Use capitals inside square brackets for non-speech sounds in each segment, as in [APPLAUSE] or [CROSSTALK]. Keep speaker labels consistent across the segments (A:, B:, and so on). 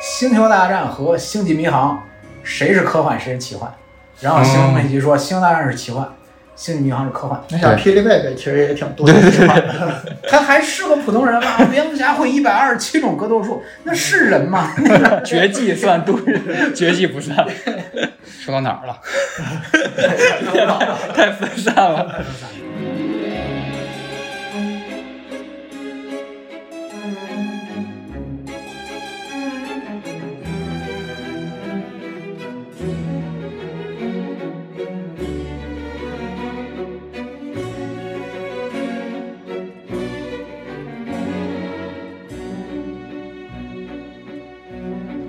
A: 星球大战》和《星际迷航》，谁是科幻，谁是奇幻？然后星空佩奇说，《星球大战》是奇幻，《星际迷航》是科幻。
B: 那像霹雳贝贝其实也挺多的，
A: 他还是个普通人吗？ [LAUGHS] 蝙蝠侠会一百二十七种格斗术，那是人吗？ [LAUGHS]
C: 绝技算都市，绝技不算。说到哪儿了？ [LAUGHS] 太分散了。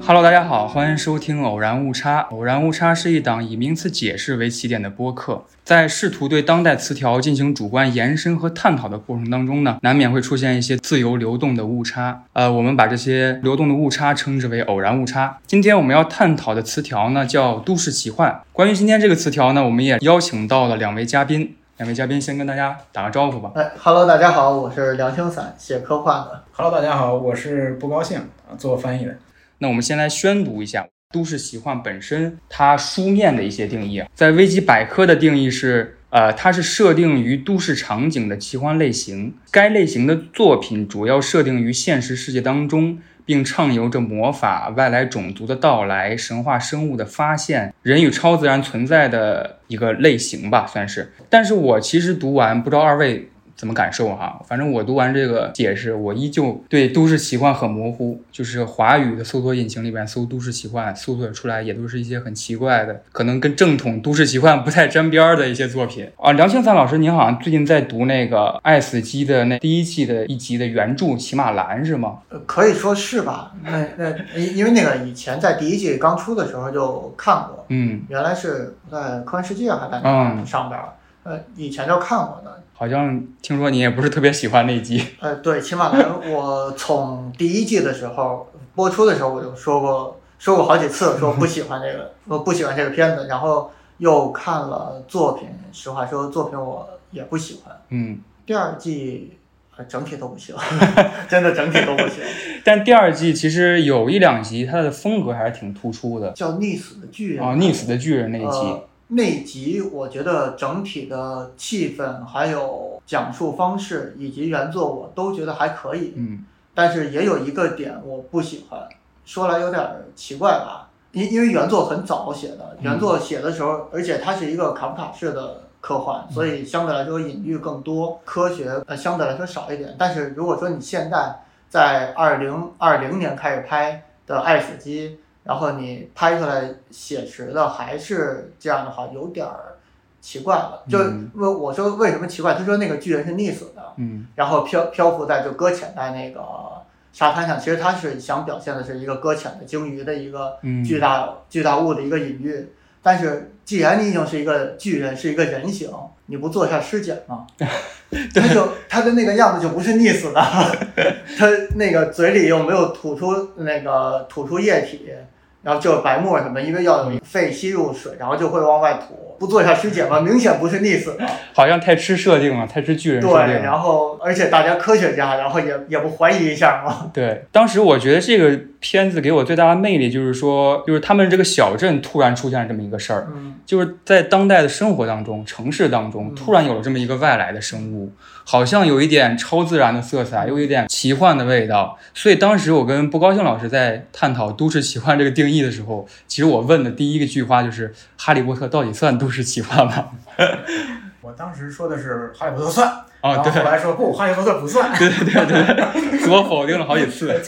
C: Hello，大家好，欢迎收听《偶然误差》。《偶然误差》是一档以名词解释为起点的播客，在试图对当代词条进行主观延伸和探讨的过程当中呢，难免会出现一些自由流动的误差。呃，我们把这些流动的误差称之为偶然误差。今天我们要探讨的词条呢叫都市奇幻。关于今天这个词条呢，我们也邀请到了两位嘉宾，两位嘉宾先跟大家打个招呼吧。
B: [LAUGHS] 哎，Hello，大家好，我是梁青散，写科幻的。
A: Hello，大家好，我是不高兴啊，做翻译的。
C: 那我们先来宣读一下都市奇幻本身它书面的一些定义，啊在维基百科的定义是，呃，它是设定于都市场景的奇幻类型。该类型的作品主要设定于现实世界当中，并畅游着魔法、外来种族的到来、神话生物的发现、人与超自然存在的一个类型吧，算是。但是我其实读完，不知道二位。怎么感受哈、啊？反正我读完这个解释，我依旧对都市奇幻很模糊。就是华语的搜索引擎里边搜都市奇幻，搜索出来也都是一些很奇怪的，可能跟正统都市奇幻不太沾边儿的一些作品啊。梁庆灿老师，您好像最近在读那个《爱死机》的那第一季的一集的原著《骑马兰》是吗？
B: 呃，可以说是吧。那那因为那个以前在第一季刚出的时候就看过，
C: 嗯，
B: 原来是在科幻世界还在那上边儿，嗯、呃，以前就看过的。
C: 好像听说你也不是特别喜欢那一集。
B: 呃，对，起码我从第一季的时候播出的时候，我就说过，说过好几次，说不喜欢这个，说不喜欢这个片子。然后又看了作品，实话说，作品我也不喜欢。
C: 嗯，
B: 第二季。呃整体都不
C: [LAUGHS]
B: 行，真的整体都不行。
C: 但第二季其实有一两集，它的风格还是挺突出的，
B: 叫《溺死的巨人》
C: 啊，《溺死的巨人》那一集。
B: 呃那一集我觉得整体的气氛，还有讲述方式以及原作，我都觉得还可以。
C: 嗯，
B: 但是也有一个点我不喜欢，说来有点奇怪吧，因因为原作很早写的，原作写的时候，嗯、而且它是一个卡夫卡式的科幻，所以相对来说隐喻更多，科学呃相对来说少一点。但是如果说你现在在二零二零年开始拍的《爱死机》。然后你拍出来写实的还是这样的话，有点儿奇怪了。就问我说为什么奇怪？他说那个巨人是溺死的，
C: 嗯，
B: 然后漂漂浮在就搁浅在那个沙滩上。其实他是想表现的是一个搁浅的鲸鱼的一个巨大、
C: 嗯、
B: 巨大物的一个隐喻。但是既然你已经是一个巨人，是一个人形，你不做一下尸检
C: [LAUGHS]
B: 吗？他就他的那个样子就不是溺死的，他那个嘴里又没有吐出那个吐出液体。然后就是白沫什么，因为要
C: 嗯
B: 有肺吸入水，然后就会往外吐。不做一下尸检吗？明显不是溺死的，
C: 好像太吃设定了，太吃巨人设定了。
B: 对，然后而且大家科学家，然后也也不怀疑一下吗？
C: 对，当时我觉得这个片子给我最大的魅力就是说，就是他们这个小镇突然出现了这么一个事儿，
B: 嗯，
C: 就是在当代的生活当中、城市当中，突然有了这么一个外来的生物。好像有一点超自然的色彩，又有一点奇幻的味道，所以当时我跟不高兴老师在探讨都市奇幻这个定义的时候，其实我问的第一个句话就是：“哈利波特到底算都市奇幻吗？”
A: 我当时说的是哈利波特算，
C: 哦、
A: 然后后来说不，哈利波特不算。 [LAUGHS]
C: 对对对对，自我否定了好几次。
B: [LAUGHS]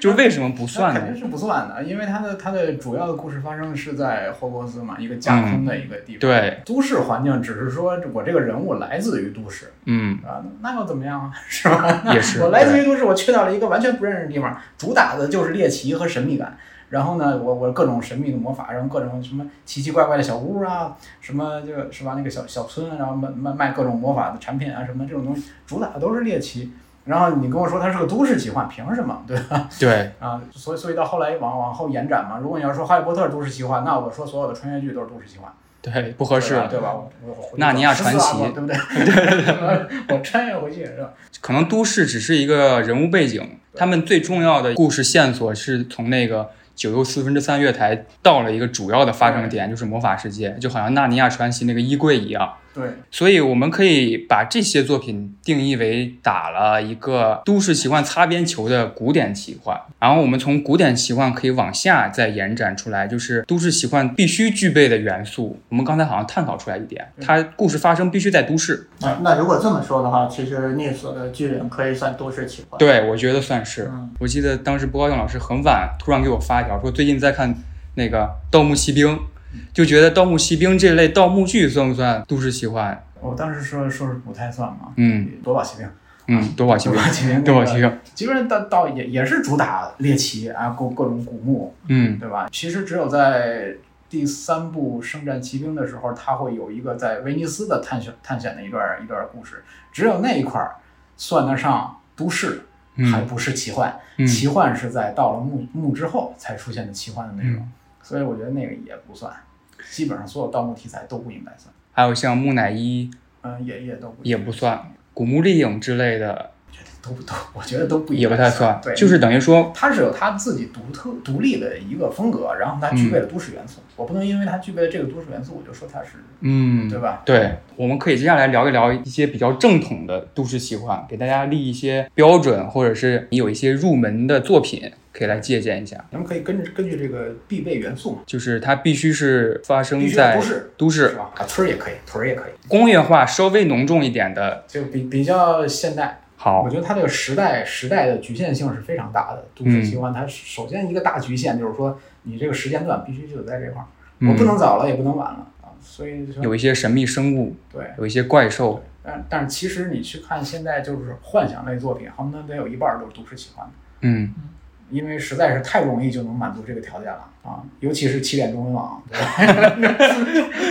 C: 就是为什么不算呢？
A: 肯定是不算的，因为它的它的主要的故事发生是在霍格沃兹嘛，一个架空的一个地方。
C: 嗯、对，
A: 都市环境只是说我这个人物来自于都市，
C: 嗯
A: 啊，那又怎么样啊？ [LAUGHS] 是吧？
C: 也是，
A: 我来自于都市，我去到了一个完全不认识的地方，主打的就是猎奇和神秘感。然后呢，我我各种神秘的魔法，然后各种什么奇奇怪怪的小屋啊，什么就是是吧？那个小小村，啊然后卖卖卖各种魔法的产品啊，什么这种东西，主打的都是猎奇。然后你跟我说它是个都市奇幻，凭什么？对吧？ [LAUGHS]
C: 对
A: 啊，所以所以到后来往往后延展嘛。如果你要说《哈利波特》都市奇幻，那我说所有的穿越剧都是都市奇幻，
C: 对，不合适，
A: 对吧？我
C: 纳尼亚传奇，
A: [LAUGHS]
C: [LAUGHS]
A: 对不对？对对对，我穿越回去是吧？
C: 可能都市只是一个人物背景，他们最重要的故事线索是从那个九又四分之三月台到了一个主要的发生点，就是魔法世界，就好像《纳尼亚传奇》那个衣柜一样。
A: 对，
C: 所以我们可以把这些作品定义为打了一个都市奇幻擦边球的古典奇幻，然后我们从古典奇幻可以往下再延展出来，就是都市奇幻必须具备的元素。我们刚才好像探讨出来一点，它故事发生必须在都市。
B: 那那如果这么说的话，其实逆所的巨人可以算都市奇幻。，
C: 对，我觉得算是
B: 嗯。
C: 我记得当时郭高亮老师很晚突然给我发一条，说最近在看那个《盗墓奇兵》，就觉得《盗墓奇兵》这类盗墓剧算不算都市奇幻？
A: 我当时说说是不太算嘛，
C: 嗯
A: 夺宝奇兵，
C: 嗯，夺宝奇
A: 夺
C: 兵
A: 宝，奇兵，
C: 夺宝奇兵，
A: 基本上到到也也是主打猎奇啊，各各种古墓，
C: 嗯。
A: 对吧？其实只有在第三部《圣战奇兵》的时候，它会有一个在威尼斯的探险探险的一段一段故事，只有那一块儿算得上都市，
C: 嗯
A: 还不是奇幻。
C: 嗯
A: 奇幻是在到了墓墓之后才出现的奇幻的内
C: 嗯
A: 容，所以我觉得那个也不算。基本上所有盗墓题材都不应该算，
C: 还有像木乃伊
A: 嗯，也也都不
C: 也不算，古墓丽影之类的
A: 都不都，我觉得都不应该
C: 也不太
A: 算
C: 算，，
A: 对，
C: 就是等于说，
A: 它是有它自己独特、独立的一个风格，然后它具备了都市元素。我不能因为它具备了这个都市元素，我就说它是，
C: 嗯，
A: 对吧？
C: 对，我们可以接下来聊一聊一些比较正统的都市奇幻，给大家立一些标准，或者是你有一些入门的作品可以来借鉴一下。
A: 咱们可以根据根据这个必备元素嘛，
C: 就是它必须是发
A: 必
C: 生
A: 须要
C: 在
A: 都市，
C: 都
A: 是
C: 市，
A: 吧？啊，村儿也可以，屯儿也可以，
C: 工业化稍微浓重一点的。
A: 就比比较现代。
C: 好
A: 我，觉得它这个时代时代的局限性是非常大的。都
C: 嗯
A: 市奇幻它首先一个大局限就是说，你这个时间段必须就在这块儿，
C: 嗯
A: 我不能早了也不能晚了啊。所以就
C: 有一些神秘生物，
A: 对，
C: 有一些怪兽，
A: 但但是其实你去看现在就是幻想类作品，恨不得得有一半儿都是都市奇幻的。
C: 嗯，
A: 因为实在是太容易就能满足这个条件了啊，尤其是起点中文网。对吧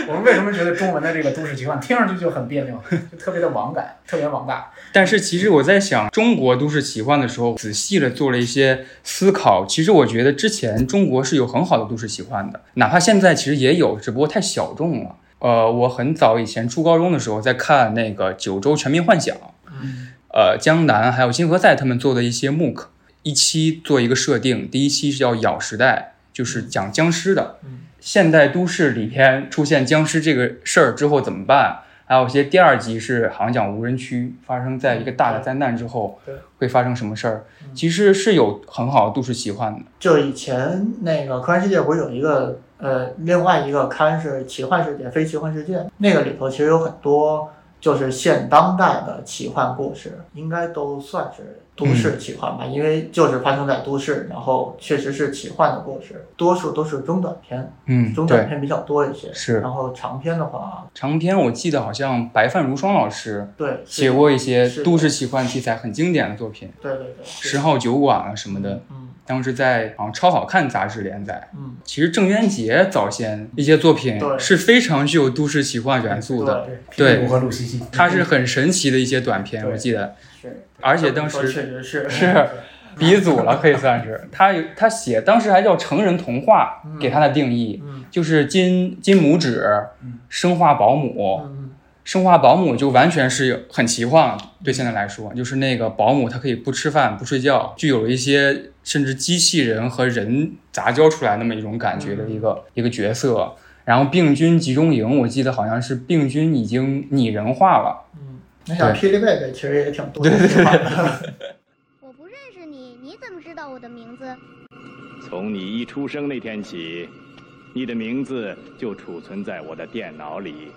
A: 我们为什么觉得中文的这个都市奇幻听上去就很别扭，就特别的网感，特别网大？
C: 但是其实我在想中国都市奇幻的时候，仔细的做了一些思考。其实我觉得之前中国是有很好的都市奇幻的，哪怕现在其实也有，只不过太小众了。呃，我很早以前初高中的时候在看那个《九州全民幻想》，
B: 嗯，
C: 呃，江南还有金河赛他们做的一些 MOOC，一期做一个设定，第一期是叫“咬时代”，就是讲僵尸的。
B: 嗯
C: 现代都市里边出现僵尸这个事儿之后怎么办？还有一些第二集是好像讲无人区发生在一个大的灾难之后
B: 嗯对嗯
C: 会发生什么事儿，其实是有很好的都市奇幻的。
B: 就以前那个《科幻世界》不是有一个呃另外一个刊是《奇幻世界》《非奇幻世界》，那个里头其实有很多就是现当代的奇幻故事，应该都算是都市奇幻吧，因为就是发生在都市，然后确实是奇幻的故事，多数都是中短篇，
C: 嗯
B: 中短
C: 对。
B: 篇比较多一些，
C: 是
B: 然后长篇的话，
C: 长篇我记得好像白饭如霜老师
B: 对，是
C: 写过一些
B: 是的
C: 都市奇幻题材很经典的作品，
B: 对对
C: 《
B: 对，
C: 十号酒馆》啊什
B: 什
C: 么的，，
B: 嗯
C: 当时在好像《超好看》杂志连载。
B: 嗯，
C: 其实郑渊洁早先一些作品
B: 对
C: 是非常具有都市奇幻元素的，
B: 对，
A: 皮
C: 对
B: 嗯
A: 皮鲁和鲁西西，
C: 它是很神奇的一些短片，
A: 对
C: 我记得，
B: 是，
C: 而且当
B: 这么说
C: 时
B: 确实是
C: 是鼻祖了，可以算是。他有他写当时还叫成人童话，
B: 嗯
C: 给他的定义
B: 嗯
C: 就是金金拇指
A: 嗯、
C: 生化保姆、
B: 嗯
C: 生化保姆就完全是很奇幻，对现在来说，就是那个保姆她可以不吃饭不睡觉，具有了一些甚至机器人和人杂交出来那么一种感觉的一个、一个角色。然后病菌集中营，我记得好像是病菌已经拟人化了。
B: 嗯，你想
C: 对
B: 霹雳贝贝其实也挺多的喜欢的，
D: 我不认识你，你怎么知道我的名字？
E: 从你一出生那天起，你的名字就储存在我的电脑里。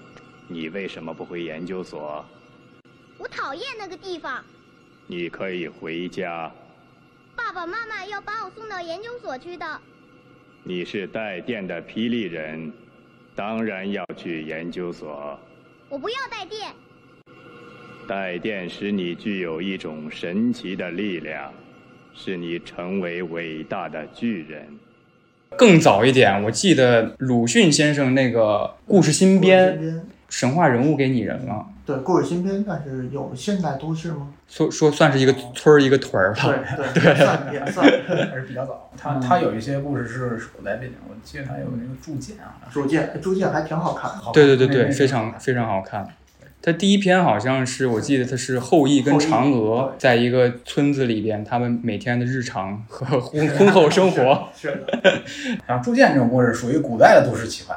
E: 你为什么不回研究所？
D: 我讨厌那个地方，
E: 你可以回家。
D: 爸爸妈妈要把我送到研究所去的。
E: 你是带电的霹雳人，当然要去研究所。
D: 我不要带电，
E: 带电使你具有一种神奇的力量，使你成为伟大的巨人。
C: 更早一点，我记得鲁迅先生那个《故事新编》，神话人物给拟人了，
B: 对，故事新编，但是有现代都市吗？
C: 说说算是一个村儿一个屯 [LAUGHS] 儿吧。
B: 对对，也算也算。
A: 还是比较早。它它有一些故事是是古代背景，我记得它有那个铸剑啊，
B: 铸剑，铸剑还挺好看的。
A: 好吧
C: 对对对对，
A: 那
C: 非常非常好看。他第一篇好像是我记得他是后羿跟嫦娥
B: 对
C: 在一个村子里边，他们每天的日常和 [LAUGHS] 婚婚后生活。
B: 是的，
A: 像铸剑这种故事属于古代的都市奇幻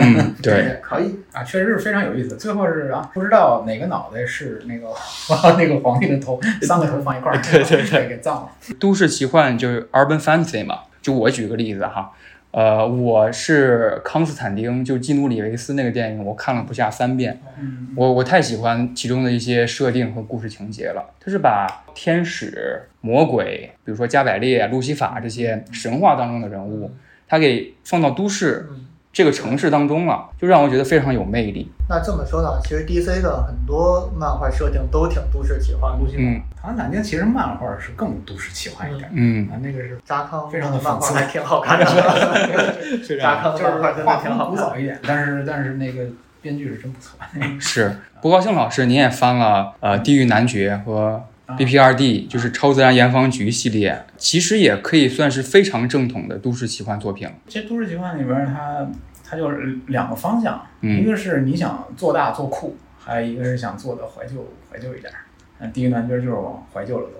C: 嗯，
B: 这
C: 对，
B: 也可以。
A: 啊，确实是非常有意思。最后是啊，不知道哪个脑袋是那个 [LAUGHS] 那个皇帝的头，三个头放一块儿， [LAUGHS] 对对对，给葬了。
C: 都市奇幻就是 urban fantasy 嘛。就我举个例子哈，呃，我是康斯坦丁，就基努里维斯那个电影，我看了不下三遍。
A: 嗯，
C: 我我太喜欢其中的一些设定和故事情节了。它是把天使、魔鬼，比如说加百列、路西法这些神话当中的人物，它给放到都市
B: 嗯，
C: 这个城市当中了，就让我觉得非常有魅力。
B: 那这么说呢，其实 DC 的很多漫画设定都挺都市奇幻，路西
C: 嗯
A: 《唐人坦丁》其实漫画是更都市奇幻一点
C: 嗯
A: 啊，那个是 [LAUGHS]
B: 扎康
A: 非常的
B: 漫
A: 讽
B: 画
A: 刺
B: 还挺好看 [LAUGHS] 的，
A: 非
B: 常扎克
A: 就
B: 的漫画
A: 是
B: 真的 [LAUGHS]
A: 画
B: 挺好
A: 风古 [LAUGHS] 早一点，但是但是那个编剧是真不错。
C: 是不高兴老师，您也翻了呃《地狱男爵》和
A: 啊
C: BPRD，就是超自然研防局系列，其实也可以算是非常正统的都市奇幻作品。
A: 这都市奇幻里边儿它它就是两个方向，
C: 嗯
A: 一个是你想做大做酷，还有一个是想做的怀旧怀旧一点儿。那第一男爵就是往怀旧了走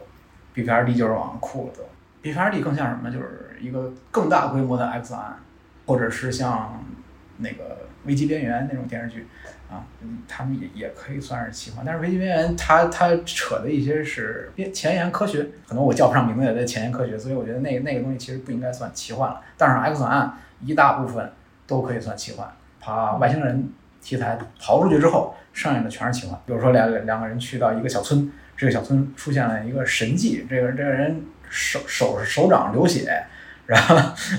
A: ，BPRD 就是往酷了走。BPRD 更像什么？就是一个更大规模的 X 案，或者是像那个《危机边缘》那种电视剧啊，嗯他们也也可以算是奇幻。但是《危机边缘》它它扯的一些是边前沿科学，可能我叫不上名字也在前沿科学，所以我觉得那那个东西其实不应该算奇幻了。但是《X 档案》一大部分都可以算奇幻，把外星人题材刨出去之后，剩下的全是奇幻。比如说两两个人去到一个小村，这个小村出现了一个神迹，这个这个人手手手掌流血。然后，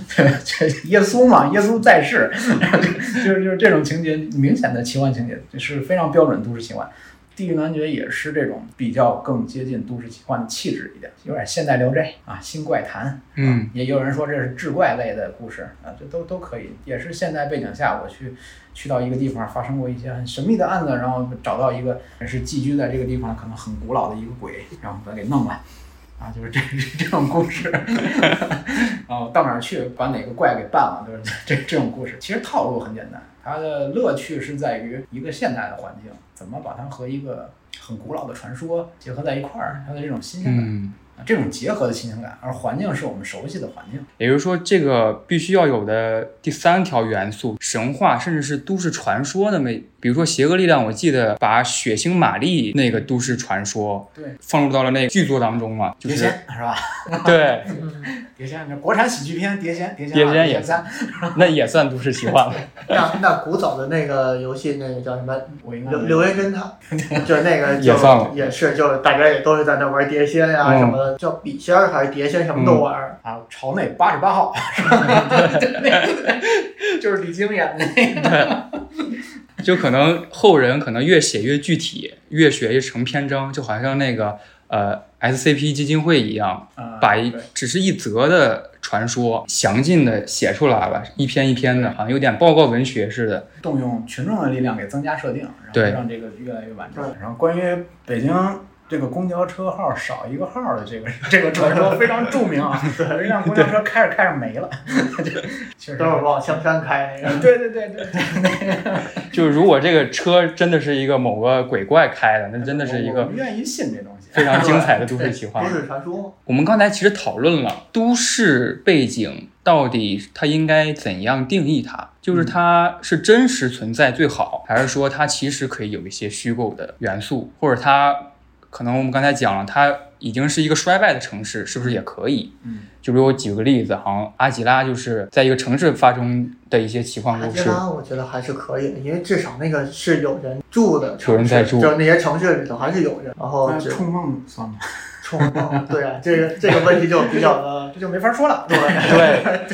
A: 这耶稣嘛，耶稣在世， [LAUGHS] 然后就就是就是这种情节，明显的奇幻情节，就是非常标准都市奇幻。地狱男爵也是这种比较更接近都市奇幻的气质一点，有点现代聊斋啊，新怪谈，
C: 嗯，
A: 也有人说这是志怪类的故事啊，这都都可以，也是现代背景下我去去到一个地方发生过一些很神秘的案子，然后找到一个是寄居在这个地方可能很古老的一个鬼，然后把他给弄了。啊，就是这 [LAUGHS] 这种故事， [LAUGHS] 然后到哪儿去把哪个怪给办了，就是这这种故事。其实套路很简单，它的乐趣是在于一个现代的环境，怎么把它和一个很古老的传说结合在一块儿，它的这种新鲜感。
C: 嗯。
A: 啊，这种结合的新鲜感，而环境是我们熟悉的环境。
C: 也就是说，这个必须要有的第三条元素，神话甚至是都市传说的美，比如说邪恶力量，我记得把血腥玛丽那个都市传说
A: 对，
C: 放入到了那个剧作当中嘛，就
A: 碟
C: 是
A: 仙是吧？[LAUGHS]
C: 对，
B: 嗯，
A: 碟仙，这国产喜剧片，碟仙，碟仙二，
C: 碟仙
A: 碟
C: 也
A: 仙三，
C: 那也算都市奇幻了。
B: 那那古早的那个游戏，那个叫什么？
A: 我应该
B: 柳柳叶侦探， [LAUGHS] 就是那个
C: 嗯
B: 就
C: [LAUGHS] 也算了
B: 也是，就是大家也都是在那玩碟仙呀、
C: 嗯
B: 什么的，叫笔仙儿还是碟仙，什么都玩儿。
A: 啊，朝内八十八号， [LAUGHS] 是吧对 [LAUGHS] 那 [LAUGHS] 就是李菁演的那个。
C: 就可能后人可能越写越具体，越写越成篇章，就好像那个呃 SCP 基金会一样，
A: 啊
C: 把一
A: 对
C: 只是一则的传说详尽的写出来了，一篇一篇的，好像有点报告文学似的。
A: 动用群众的力量给增加设定，然后
C: 对
A: 让这个越来越完整
B: 对。
A: 然后关于北京这个公交车号少一个号的这个 [LAUGHS] 这个传说非常著名
C: [LAUGHS]
A: 啊，有一辆公交车开着开着没了， [LAUGHS] 确
C: 嗯
A: 实
B: 都是往香山开那个，
A: 对对对对，
C: 就是如果这个车真的是一个某个鬼怪开的，那真的是一
A: 我
C: 个
A: 们愿意信这东西。
C: 非常精彩的都市奇幻
B: 都。市传说。
C: 我们刚才其实讨论了都市背景到底它应该怎样定义它，就是它是真实存在最好，还是说它其实可以有一些虚构的元素，或者它可能我们刚才讲了，它已经是一个衰败的城市，是不是也可以？
A: 嗯，
C: 就比如我举个例子，好像阿吉拉就是在一个城市发生的一些奇幻
B: 阿
C: 故
B: 基
C: 事。
B: 拉我觉得还是可以的，因为至少那个是有人住的城市，
C: 有人在住
B: 就是那些城市里头还是有人，然后
A: 那
B: 只
A: 冲梦算吗？
B: 冲 [LAUGHS] 动，对啊，这个这个问题就比较的
A: 这就没法说了。
B: [LAUGHS] 对，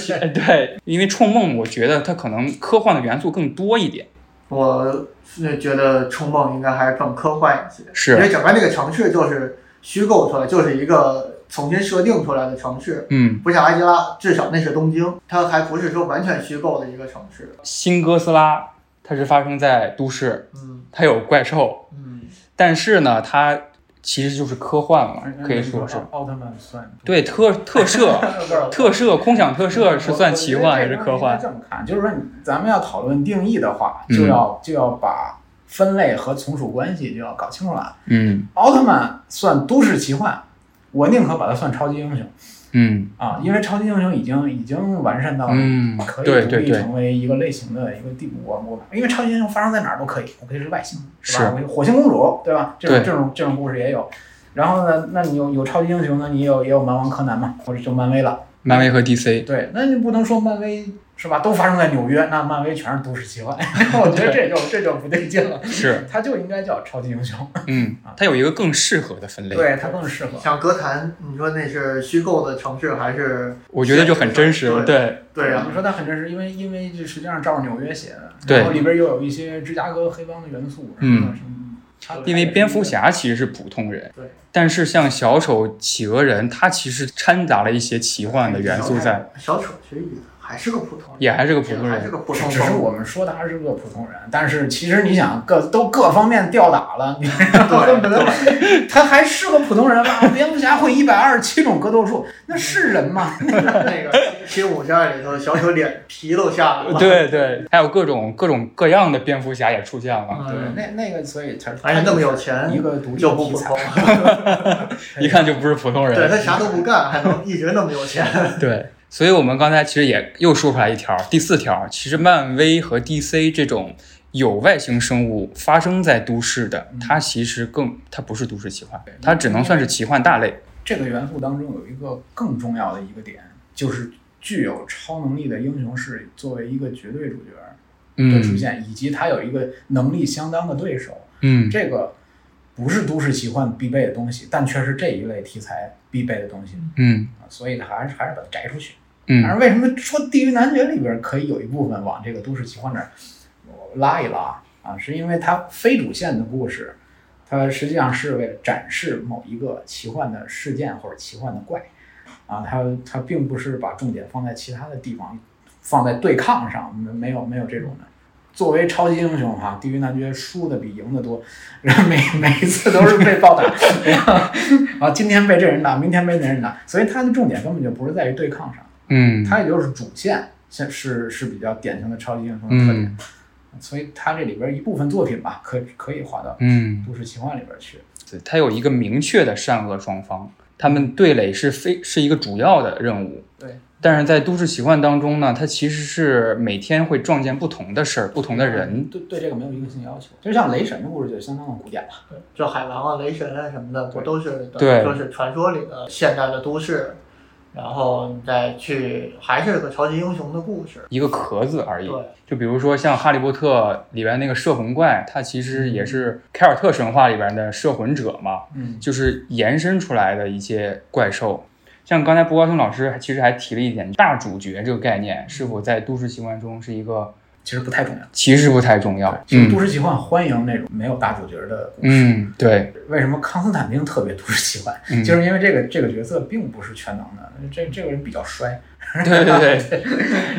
C: 对 [LAUGHS] 对，因为《冲梦》，我觉得它可能科幻的元素更多一点。
B: 我是觉得《冲梦》应该还是更科幻一些，
C: 是
B: 因为整个那个城市就是虚构出来，就是一个重新设定出来的城市，
C: 嗯，
B: 不像阿基拉，至少那是东京，它还不是说完全虚构的一个城市。
C: 新哥斯拉，它是发生在都市，
B: 嗯
C: 它有怪兽，
B: 嗯，
C: 但是呢，它其实就是科幻
A: 嗯
C: 了，可以说是
A: 奥特曼算。
C: 对特特摄、特摄、空想特摄是算奇幻还是科
A: 我觉得
C: 幻？
A: 这个应该这么看，就是说你咱们要讨论定义的话，
C: 嗯
A: 就要就要把分类和从属关系就要搞清楚了。
C: 嗯
A: 奥特曼算都市奇幻，我宁可把它算超级英雄
C: 嗯
A: 啊，因为超级英雄已经已经完善到
C: 嗯
A: 啊可，以
C: 对
A: 独
C: 对
A: 立
C: 对，
A: 成为一个类型的一个地步。我我因为超级英雄发生在哪儿都可以，我可以是外星，
C: 是
A: 吧？我有火星公主，对吧？这种
C: 对
A: 这种这种故事也有。然后呢，那你有有超级英雄呢，你也有也有蛮王柯南嘛，或者就漫威了。
C: 漫威和 DC，
A: 对，那你不能说漫威是吧？都发生在纽约，那漫威全是都市奇幻， [LAUGHS] 我觉得这就这就不对劲了。
C: 是，
A: 它就应该叫超级英雄，
C: 嗯，它有一个更适合的分类，
A: 啊对它更适合。
B: 像歌坛，你说那是虚构的城市还是？嗯
C: 我觉得就很真实了，对，
B: 对啊呀、
A: 你说它很真实，因为因为这实际上照着纽约写的，
C: 对
A: 然后里边又有一些芝加哥黑帮的元素，
C: 嗯
A: 什么什么它
C: 因为蝙蝠侠其实是普通人，
B: 对，
C: 但是像小丑、企鹅人，他其实掺杂了一些奇幻的元素在，
B: 小丑其实也还是个普通人，
C: 也还是个普通
B: 也还
C: 人
B: 是，个普通
A: 只是
B: 人。
A: 我们说他是个普通人，但是其实你想各都各方面吊打了，
C: [LAUGHS]
A: 你恨不得他还是个普通人吗？蝙蝠侠会一百二十七种格斗术，那是人吗？
B: 那个七五十二里头，小丑脸皮都下来了。
C: 对对，还有各种各种各样的蝙蝠侠也出现了，
A: 对
B: 嗯，，
A: 那那个所以才
B: 而哎且那么有钱
A: 一个独立
B: 就
A: 的
B: 不
A: 题
B: 普
A: 材
B: 通，，
C: 一看就不是普通人，
B: 对他啥都不干，还能一直那么有钱。 [LAUGHS]
C: 对，所以我们刚才其实也又说出来一条，第四条，其实漫威和 DC 这种有外星生物发生在都市的，
A: 嗯
C: 它其实更它不是都市奇幻，它只能算是奇幻大类。
A: [LAUGHS] 这个元素当中有一个更重要的一个点，就是具有超能力的英雄是作为一个绝对主角的出
C: 嗯
A: 现，以及他有一个能力相当的对手，
C: 嗯，
A: 这个不是都市奇幻必备的东西，但却是这一类题材必备的东西
C: 嗯
A: 啊，所以还是还是把它摘出去。但
C: 嗯
A: 是为什么说《地狱男爵》里边可以有一部分往这个都市奇幻那儿呃拉一拉啊？是因为它非主线的故事，它实际上是为了展示某一个奇幻的事件或者奇幻的怪啊，它它并不是把重点放在其他的地方，放在对抗上，没没有没有这种的。作为超级英雄哈、地狱男爵输的比赢的多，然后每每一次都是被暴打，然后啊，今天被这人打，明天被那人打，所以他的重点根本就不是在于对抗上。
C: 嗯，
A: 它也就是主线，现是是比较典型的超级英雄的特点，
C: 嗯
A: 所以它这里边一部分作品吧，可可以划到
C: 嗯，
A: 都市奇幻里边去。
C: 对它有一个明确的善恶双方，他们对垒是非是一个主要的任务。
A: 对。
C: 但是在都市奇幻当中呢，它其实是每天会撞见不同的事儿、不同的人。
A: 嗯对对这个没有硬性要求，就像雷神的故事就相当的古典了。
B: 就海王啊、雷神啊什么的，不都是等
C: 对
B: 于说是传说里的现代的都市，然后你再去还是个超级英雄的故事。
C: 一个壳子而已
B: 对。
C: 就比如说像《哈利波特》里边那个摄魂怪，它其实也是凯尔特神话里边的摄魂者嘛，
A: 嗯，
C: 就是延伸出来的一些怪兽。像刚才博高通老师其实还提了一点，大主角这个概念是否在都市习惯中是一个
A: 其实不太重要。
C: 其实不太重要。
A: 其实都
C: 嗯
A: 市奇幻欢迎那种没有大主角的故事。
C: 嗯，对，
A: 为什么康斯坦丁特别都市奇幻？
C: 嗯
A: 就是因为这个这个角色并不是全能的，这这个人比较衰，
C: 对对 [LAUGHS] 对，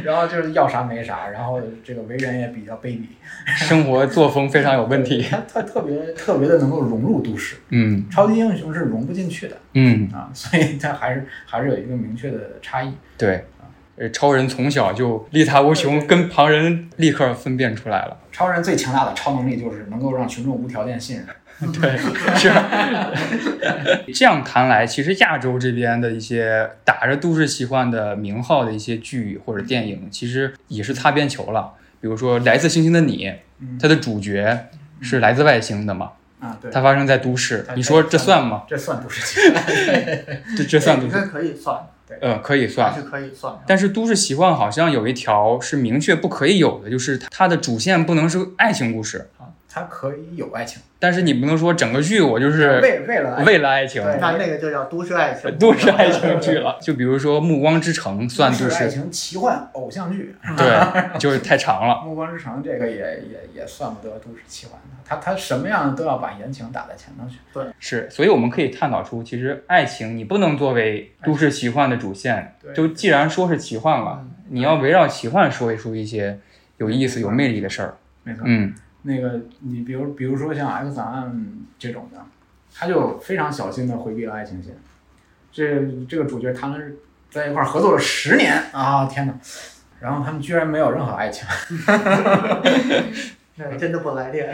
A: 然后就是要啥没啥，然后这个为人也比较卑鄙，
C: 生活作风非常有问题。
A: 他他特别特别的能够融入都市。
C: 嗯
A: 超级英雄是融不进去的
C: 嗯，
A: 啊， [LAUGHS] 所以它还是还是有一个明确的差异。
C: 对。呃，超人从小就力大无穷，跟旁人立刻分辨出来了。
A: 超人最强大的超能力就是能够让群众无条件信任。
C: 对，是。这样谈来，其实亚洲这边的一些打着都市奇幻的名号的一些剧或者电影，其实也是擦边球了。比如说《来自星星的你》，
A: 嗯
C: 它的主角是来自外星的嘛，
A: 啊，对，
C: 它发生在都市
A: 它，
C: 你说这算吗？
A: 这算不是奇幻？
C: 这这算都
B: 应
C: 市？
B: 该可以算，
C: 呃，可以
B: 还
C: 算。
B: 是可以算的。
C: 但是都市奇幻好像有一条是明确不可以有的，就是它的主线不能是爱情故事。
A: 它可以有爱情，
C: 但是你不能说整个剧我就是
A: 为为了爱情
C: 为了爱情，
A: 对
B: 那那个就叫都市爱情，
C: 啊 [LAUGHS] 都市爱情剧了。就比如说《暮光之城》算
A: 都
C: 都
A: 市爱
C: 市，
A: 情奇幻偶像剧，
C: 对， [LAUGHS] 就是太长了。
A: 《暮光之城》这个也也也算不得都市奇幻的，它它什么样都要把言情打在前头去。
C: 是，所以我们可以探讨出，其实爱情你不能作为都市奇幻的主线
A: 对。
C: 就既然说是奇幻了，你要围绕奇幻说一出一些有意思、有魅力的事儿。
A: 没错，
C: 嗯
A: 那个你比如比如说像 X 档案这种的，他就非常小心的回避了爱情线。这这个主角谈了在一块儿合作了十年啊，天哪！然后他们居然没有任何爱情，
B: 那真的不来电。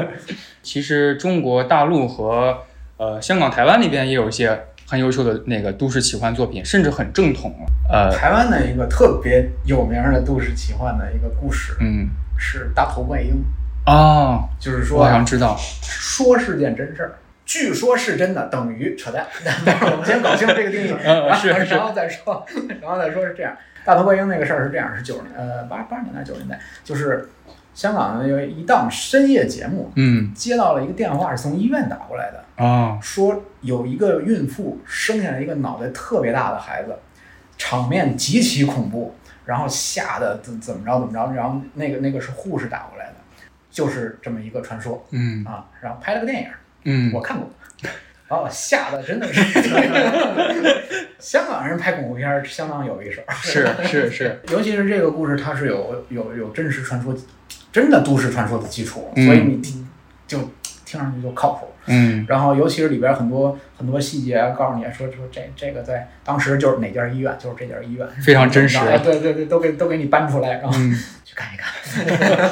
B: [LAUGHS]
C: 其实中国大陆和呃香港、台湾那边也有一些很优秀的那个都市奇幻作品，甚至很正统了。呃，
A: 台湾的一个特别有名的都市奇幻的一个故事
C: 嗯，
A: 是大头怪婴，
C: 哦，
A: 就是
C: 我
A: 说
C: 好像知道，
A: 说是件真事儿，据说是真的等于扯
C: [LAUGHS]
A: 淡。但是我们先搞清楚这个定义，
C: 嗯
A: 然后
C: 是是
A: 然后再说，然后再说是这样。大头怪婴那个事儿是这样，是九十年呃八八十年代九十年代，就是香港有一档深夜节目，
C: 嗯，
A: 接到了一个电话，是从医院打过来的，
C: 哦，
A: 说有一个孕妇生下来一个脑袋特别大的孩子，场面极其恐怖，然后吓得怎怎么着怎么着，然后那个那个是护士打过来的，就是这么一个传说
C: 嗯
A: 啊，然后拍了个电影。
C: 嗯
A: 我，看过，把我吓得真的是。 [LAUGHS] 香港人拍恐怖片儿相当有一手，
C: 是
A: [LAUGHS]
C: 是是，
A: 尤其是这个故事，它是有有有真实传说，真的都市传说的基础，
C: 嗯
A: 所以你听就听上去就靠谱。
C: 嗯
A: 然后，尤其是里边很多很多细节，啊告诉你说说这这个在当时就是哪家医院，就是这家医院，
C: 非常真实
A: 然后哎对对对，都给都给你搬出来，然后
C: 嗯，
A: 去看一看。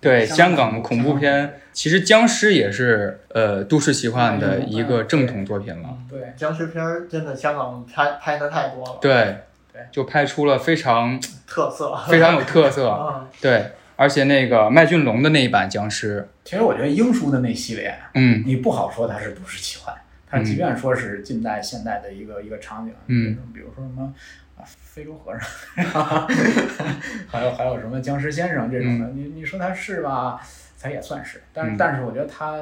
C: 对，
A: 香
C: 香
A: 港
C: 港恐怖片，其实僵尸也是呃都市奇幻
A: 哎
C: 的一个正统作品了。
A: 对，
B: 僵尸片儿真的香港拍拍的太多了，
C: 对
A: 对，
C: 就拍出了非
A: [LAUGHS]
C: 常
B: 特色。
C: 非常有特色。
B: 啊，
C: 对，而且那个麦浚龙的那一版僵尸，
A: 其实我觉得英叔的那系列，
C: 嗯
A: 你不好说它是都市奇幻，它
C: 嗯
A: 即便说是近代、现代的一个一个场景，
C: 嗯，
A: 比如说什么啊非洲和尚， [LAUGHS] 还有还有什么僵尸先生这种的，你你说它是吧？它也算是，但是、
C: 嗯
A: 但是我觉得它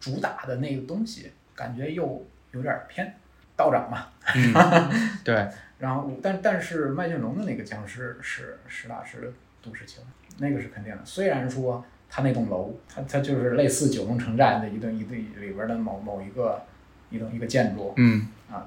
A: 主打的那个东西，感觉又有点偏道长嘛。
C: 嗯，对，
A: 然后，但但是麦浚龙的那个僵尸是实打实的都市情，那个是肯定的。虽然说他那栋楼，它它就是类似九龙城寨的一栋一栋里边的某某一个一栋一个建筑，
C: 嗯
A: 呃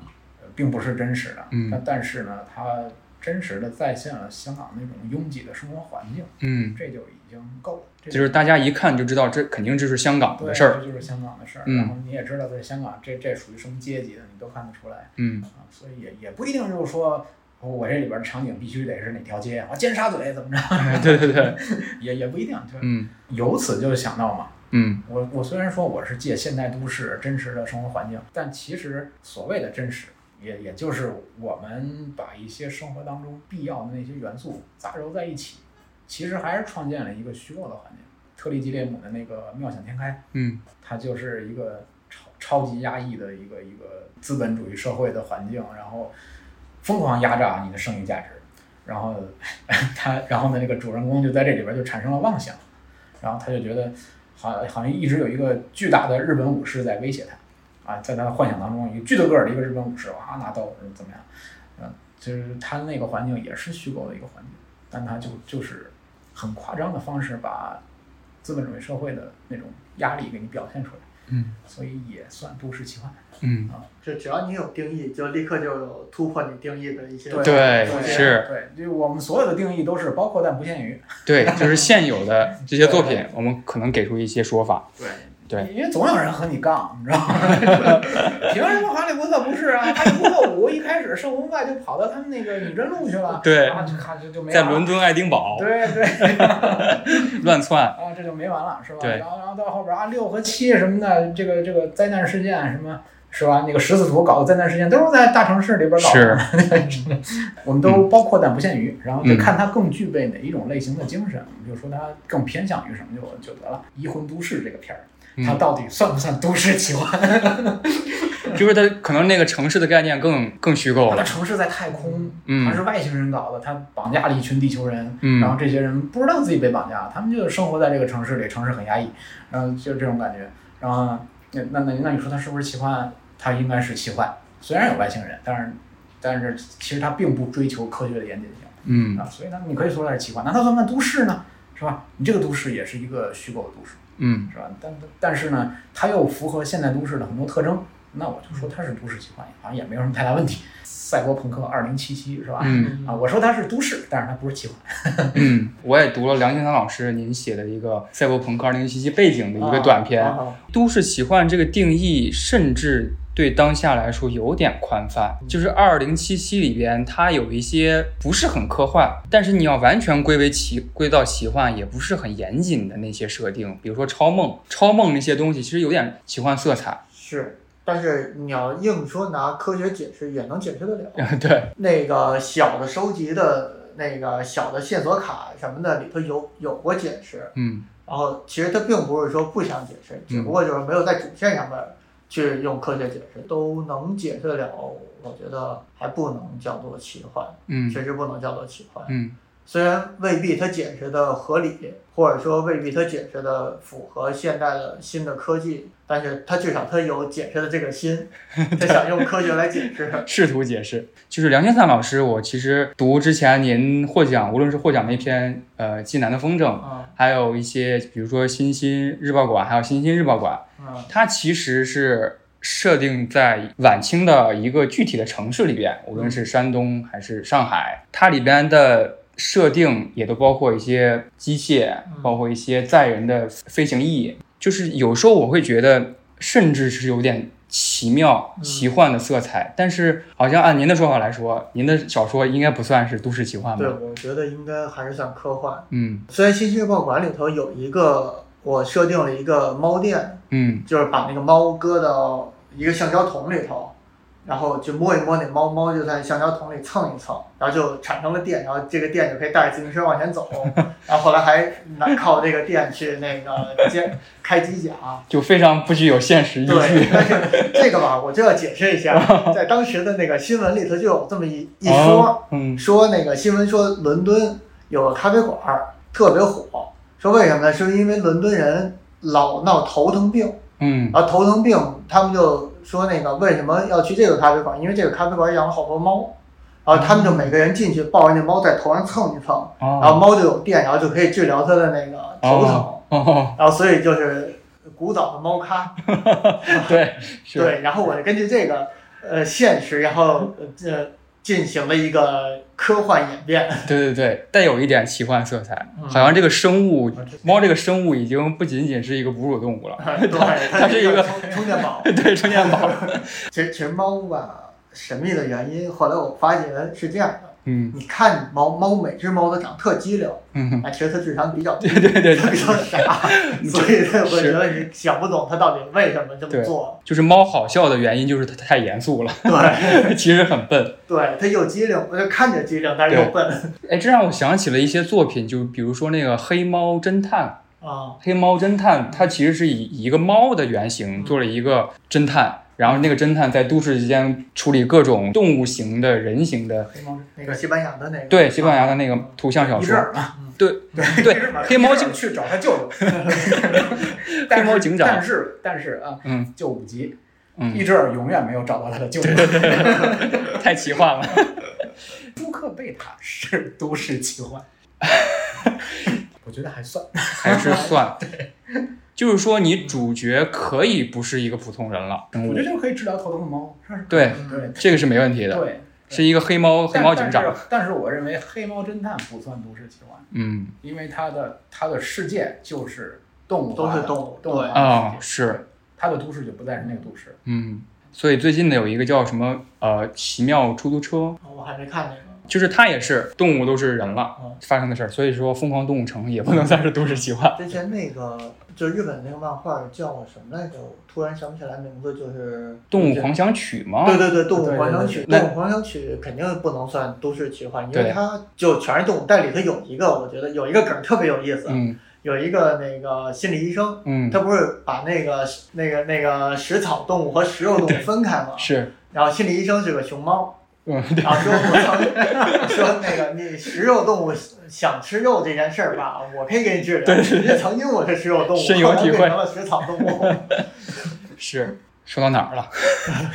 A: 并不是真实的，
C: 嗯
A: 但但是呢，它真实的再现了香港那种拥挤的生活环境，
C: 嗯，
A: 这就已经够了。这
C: 就是大家一看就知道这肯定就是香港
A: 对，
C: 的事儿。
A: 这就是香港的事儿。
C: 嗯
A: 然后你也知道，在香港这这属于什么阶级的，你都看得出来。
C: 嗯
A: 啊，所以也也不一定就是说哦我这里边儿场景必须得是哪条街，啊，尖沙咀怎么着，
C: 哎对对对，
A: 也也不一定。就
C: 嗯
A: 由此就想到嘛，
C: 嗯
A: 我我虽然说我是借现代都市真实的生活环境，但其实所谓的真实，也也就是我们把一些生活当中必要的那些元素杂糅在一起，其实还是创建了一个虚构的环境。特利吉列姆的那个《妙想天开》，
C: 嗯
A: 它就是一个超超级压抑的一个一个资本主义社会的环境，然后疯狂压榨你的剩余价值，然后 [LAUGHS] 他，然后呢，那个主人公就在这里边就产生了妄想，然后他就觉得好好像一直有一个巨大的日本武士在威胁他，啊，在他的幻想当中，一个巨大个儿的一个日本武士哇拿刀嗯怎么样，嗯，就是他那个环境也是虚构的一个环境，但他就就是很夸张的方式把资本主义社会的那种压力给你表现出来，
C: 嗯
A: 所以也算都市奇幻。
C: 嗯，
B: 就只要你有定义，就立刻就有突破你定义的一些。
C: 对
A: 对
C: 是
A: 对，就是我们所有的定义都是包括但不限于。
C: 对，就是现有的这些作品，我们可能给出一些说法。
A: 对
C: 对
A: 因为总有人和你杠，你知道吗？ [LAUGHS] 凭什么哈利波特不是啊？哈利波特五一开始圣红怪就跑到他们那个女真路去了，
C: 对
A: 啊，就看就就没
C: 在
A: 完了
C: 伦敦爱丁堡
A: 对对，
C: 乱窜，
A: 啊，这就没完了，是吧？
C: 对
A: 然后然后到后边啊，六和七什么的，这个这个灾难事件什么。是吧？那个十字图搞的灾难事件都是在大城市里边搞的，我们都包括但不限于，然后就
C: 嗯
A: 看它更具备哪一种类型的精神，我们就说它更偏向于什么就就得了。《移魂都市》这个片儿，它
C: 嗯
A: 到底算不算都市奇幻？
C: 就是它可能那个城市的概念更更虚构
A: 它的
C: 了。
A: 城市在太空，
C: 嗯
A: 它是外星人搞的，它绑架了一群地球人，
C: 嗯
A: 然后这些人不知道自己被绑架，他们就生活在这个城市里，城市很压抑，然后就这种感觉。然后那那那那你说它是不是奇幻？它应该是奇幻，虽然有外星人，但是但是其实它并不追求科学的严谨性
C: 嗯
A: 啊，所以呢，你可以说它是奇幻。那它算不算都市呢？是吧？你这个都市也是一个虚构的都市，
C: 嗯
A: 是吧？但但是呢，它又符合现代都市的很多特征，那我就说它是都市奇幻，好像也没有什么太大问题。赛博朋克二零七七是吧？
C: 嗯
A: 啊，我说它是都市，但是它不是奇幻。
C: 嗯，我也读了梁庆堂老师您写的一个《赛博朋克2077》背景的一个短片。
A: 啊
B: 啊，
C: 都市奇幻这个定义，甚至对当下来说有点宽泛。就是二零七七里边，它有一些不是很科幻，但是你要完全归为奇归到奇幻，也不是很严谨的那些设定，比如说超梦，超梦那些东西其实有点奇幻色彩。 [LAUGHS]
B: 是，但是你要硬说拿科学解释，也能解释得了。
C: 对，
B: 那个小的收集的那个小的线索卡什么的里头有有过解释，
C: 嗯，
B: 然后其实它并不是说不想解释，只不过就是没有在主线上面去用科学解释，都能解释得了。我觉得还不能叫做奇幻，
C: 嗯
B: 确实不能叫做奇幻。
C: 嗯
B: 虽然未必它解释的合理，或者说未必它解释的符合现代的新的科技，但是它至少它有解释的这个心，它想用科学来解释。
C: 试图解释，就是梁千散老师，我其实读之前您获奖，无论是获奖那篇呃《济南的风筝》，
B: 嗯
C: 还有一些比如说《新新日报馆》，还有《新新日报馆》，
B: 嗯
C: 它其实是设定在晚清的一个具体的城市里边，无论是山东还是上海，它里边的设定也都包括一些机械，
B: 嗯
C: 包括一些载人的飞行翼。就是有时候我会觉得，甚至是有点奇妙、
B: 嗯
C: 奇幻的色彩。但是，好像按您的说法来说，您的小说应该不算是都市奇幻
B: 对，
C: 吧？
B: 我觉得应该还是算科幻。
C: 嗯
B: 虽然《新世界报馆》里头有一个，我设定了一个猫店，
C: 嗯
B: 就是把那个猫搁到一个橡胶桶里头，然后就摸一摸那猫，猫就在橡胶桶里蹭一蹭，然后就产生了电，然后这个电就可以带着自行车往前走，然后后来还拿靠这个电去那个接开机甲。啊
C: [LAUGHS] 就非常不具有现实依
B: 对
C: 据，。
B: 但是这个吧，我就要解释一下，在当时的那个新闻里头就有这么一一说，
C: 哦嗯
B: 说那个新闻说伦敦有个咖啡馆儿特别火，说为什么呢？是因为伦敦人老闹头疼病，
C: 嗯
B: 然后头疼病他们就说那个为什么要去这个咖啡馆？因为这个咖啡馆养了好多猫，然后他们就每个人进去抱着那猫在头上蹭一蹭，然后
C: 哦
B: 猫就有电，然后就可以治疗它的那个头疼，
C: 哦哦，
B: 然后所以就是古早的猫咖。 [LAUGHS]
C: 对是
B: 对，然后我就根据这个呃现实，然后呃进行了一个科幻演变。
C: [LAUGHS] 对对对，带有一点奇幻色彩，
B: 嗯
C: 好像这个生物
B: 啊这
C: 猫这个生物已经不仅仅是一个哺乳动物了， [LAUGHS]
B: 对，
C: 它是一个
B: 充充电宝。
C: 对，充电宝，
B: 其实其实猫吧，神秘的原因，后来我发觉是这样的：
C: 嗯
B: 你看猫猫，每只猫都长特机灵，
C: 嗯，
B: 哎，其实它智商比较低，
C: 对对对
B: 它 [LAUGHS] 比
C: 对，
B: 较傻，
C: [LAUGHS]
B: 所以我觉得你想不懂它到底为什么这么
C: 对
B: 做。
C: 就是猫好笑的原因就是它太严肃了， [LAUGHS]
B: 对，
C: 其实很笨。
B: 对，它又机灵，我就看着机灵，但是又
C: 对
B: 笨
C: 哎，这让我想起了一些作品，就比如说那个《黑猫侦探》。
B: 啊。
C: 黑猫侦探，它其实是以以一个猫的原型做了一个侦探，然后那个侦探在都市之间处理各种动物型的、人形的，
B: 那个西班牙的那个，
C: 对西班牙的那个图像小
A: 一阵
C: 说，
A: 儿啊，
C: 对对
A: 一阵儿嘛
C: 黑猫警
A: 一阵儿去找他舅
C: [LAUGHS]
A: 舅，
C: 黑猫警长
A: 但是但是啊，
C: 嗯，
A: 就五级，
C: 嗯
A: 一只耳永远没有找到他的舅舅。 [LAUGHS]
C: 太奇幻了。
A: 朱克贝塔是都市奇
C: [LAUGHS]
A: 幻，我觉得还算。
C: 还是算。就是说，你主角可以不是一个普通人了，
A: 我觉得就是可以治疗头疼的猫，是
C: 对，
A: 吧？对
C: 这个嗯是没问题的，
A: 对。
C: 是一个黑猫黑
A: 但
C: 猫警长
A: 但，是，但是我认为黑猫侦探不算都市奇幻，
C: 嗯
A: 因为它的它的世界就是动物
B: 都
A: 化
B: 是
A: 的
B: 动物
A: 动物
B: 对
A: 化的世
C: 啊
A: 界
C: 是，
A: 它的都市就不再是那个都市。
C: 嗯，所以最近的有一个叫什么呃奇妙出租车，
B: 啊我还没看那个。
C: 就是它也是动物都是人了
B: 嗯
C: 发生的事儿，所以说疯狂动物城也不能算是都市奇幻，
B: 之前那个就是日本那个漫画叫什么来着？我突然想不起来名字，就是
C: 动物狂。想曲吗？
B: 对对对，动物狂想曲，
C: 对对对
B: 动物狂想曲肯定不能算都市奇幻，因
C: 对
B: 为它就全是动物。但里头有一个，我觉得有一个梗儿特别有意思，
C: 嗯
B: 有一个那个心理医生，
C: 嗯
B: 他不是把那个那个那个食草动物和食肉动物分开吗？
C: 是，
B: 然后心理医生是个熊猫，
C: 嗯
B: 然后说我 [LAUGHS] 说那个你食肉动物想吃肉这件事儿吧，我可以给你治疗。
C: 对对对
B: 因为曾经我是食肉动物，
C: 深有
B: 后来
C: 体会
B: 变成了食草动物。
C: [LAUGHS] 是，说到哪儿了？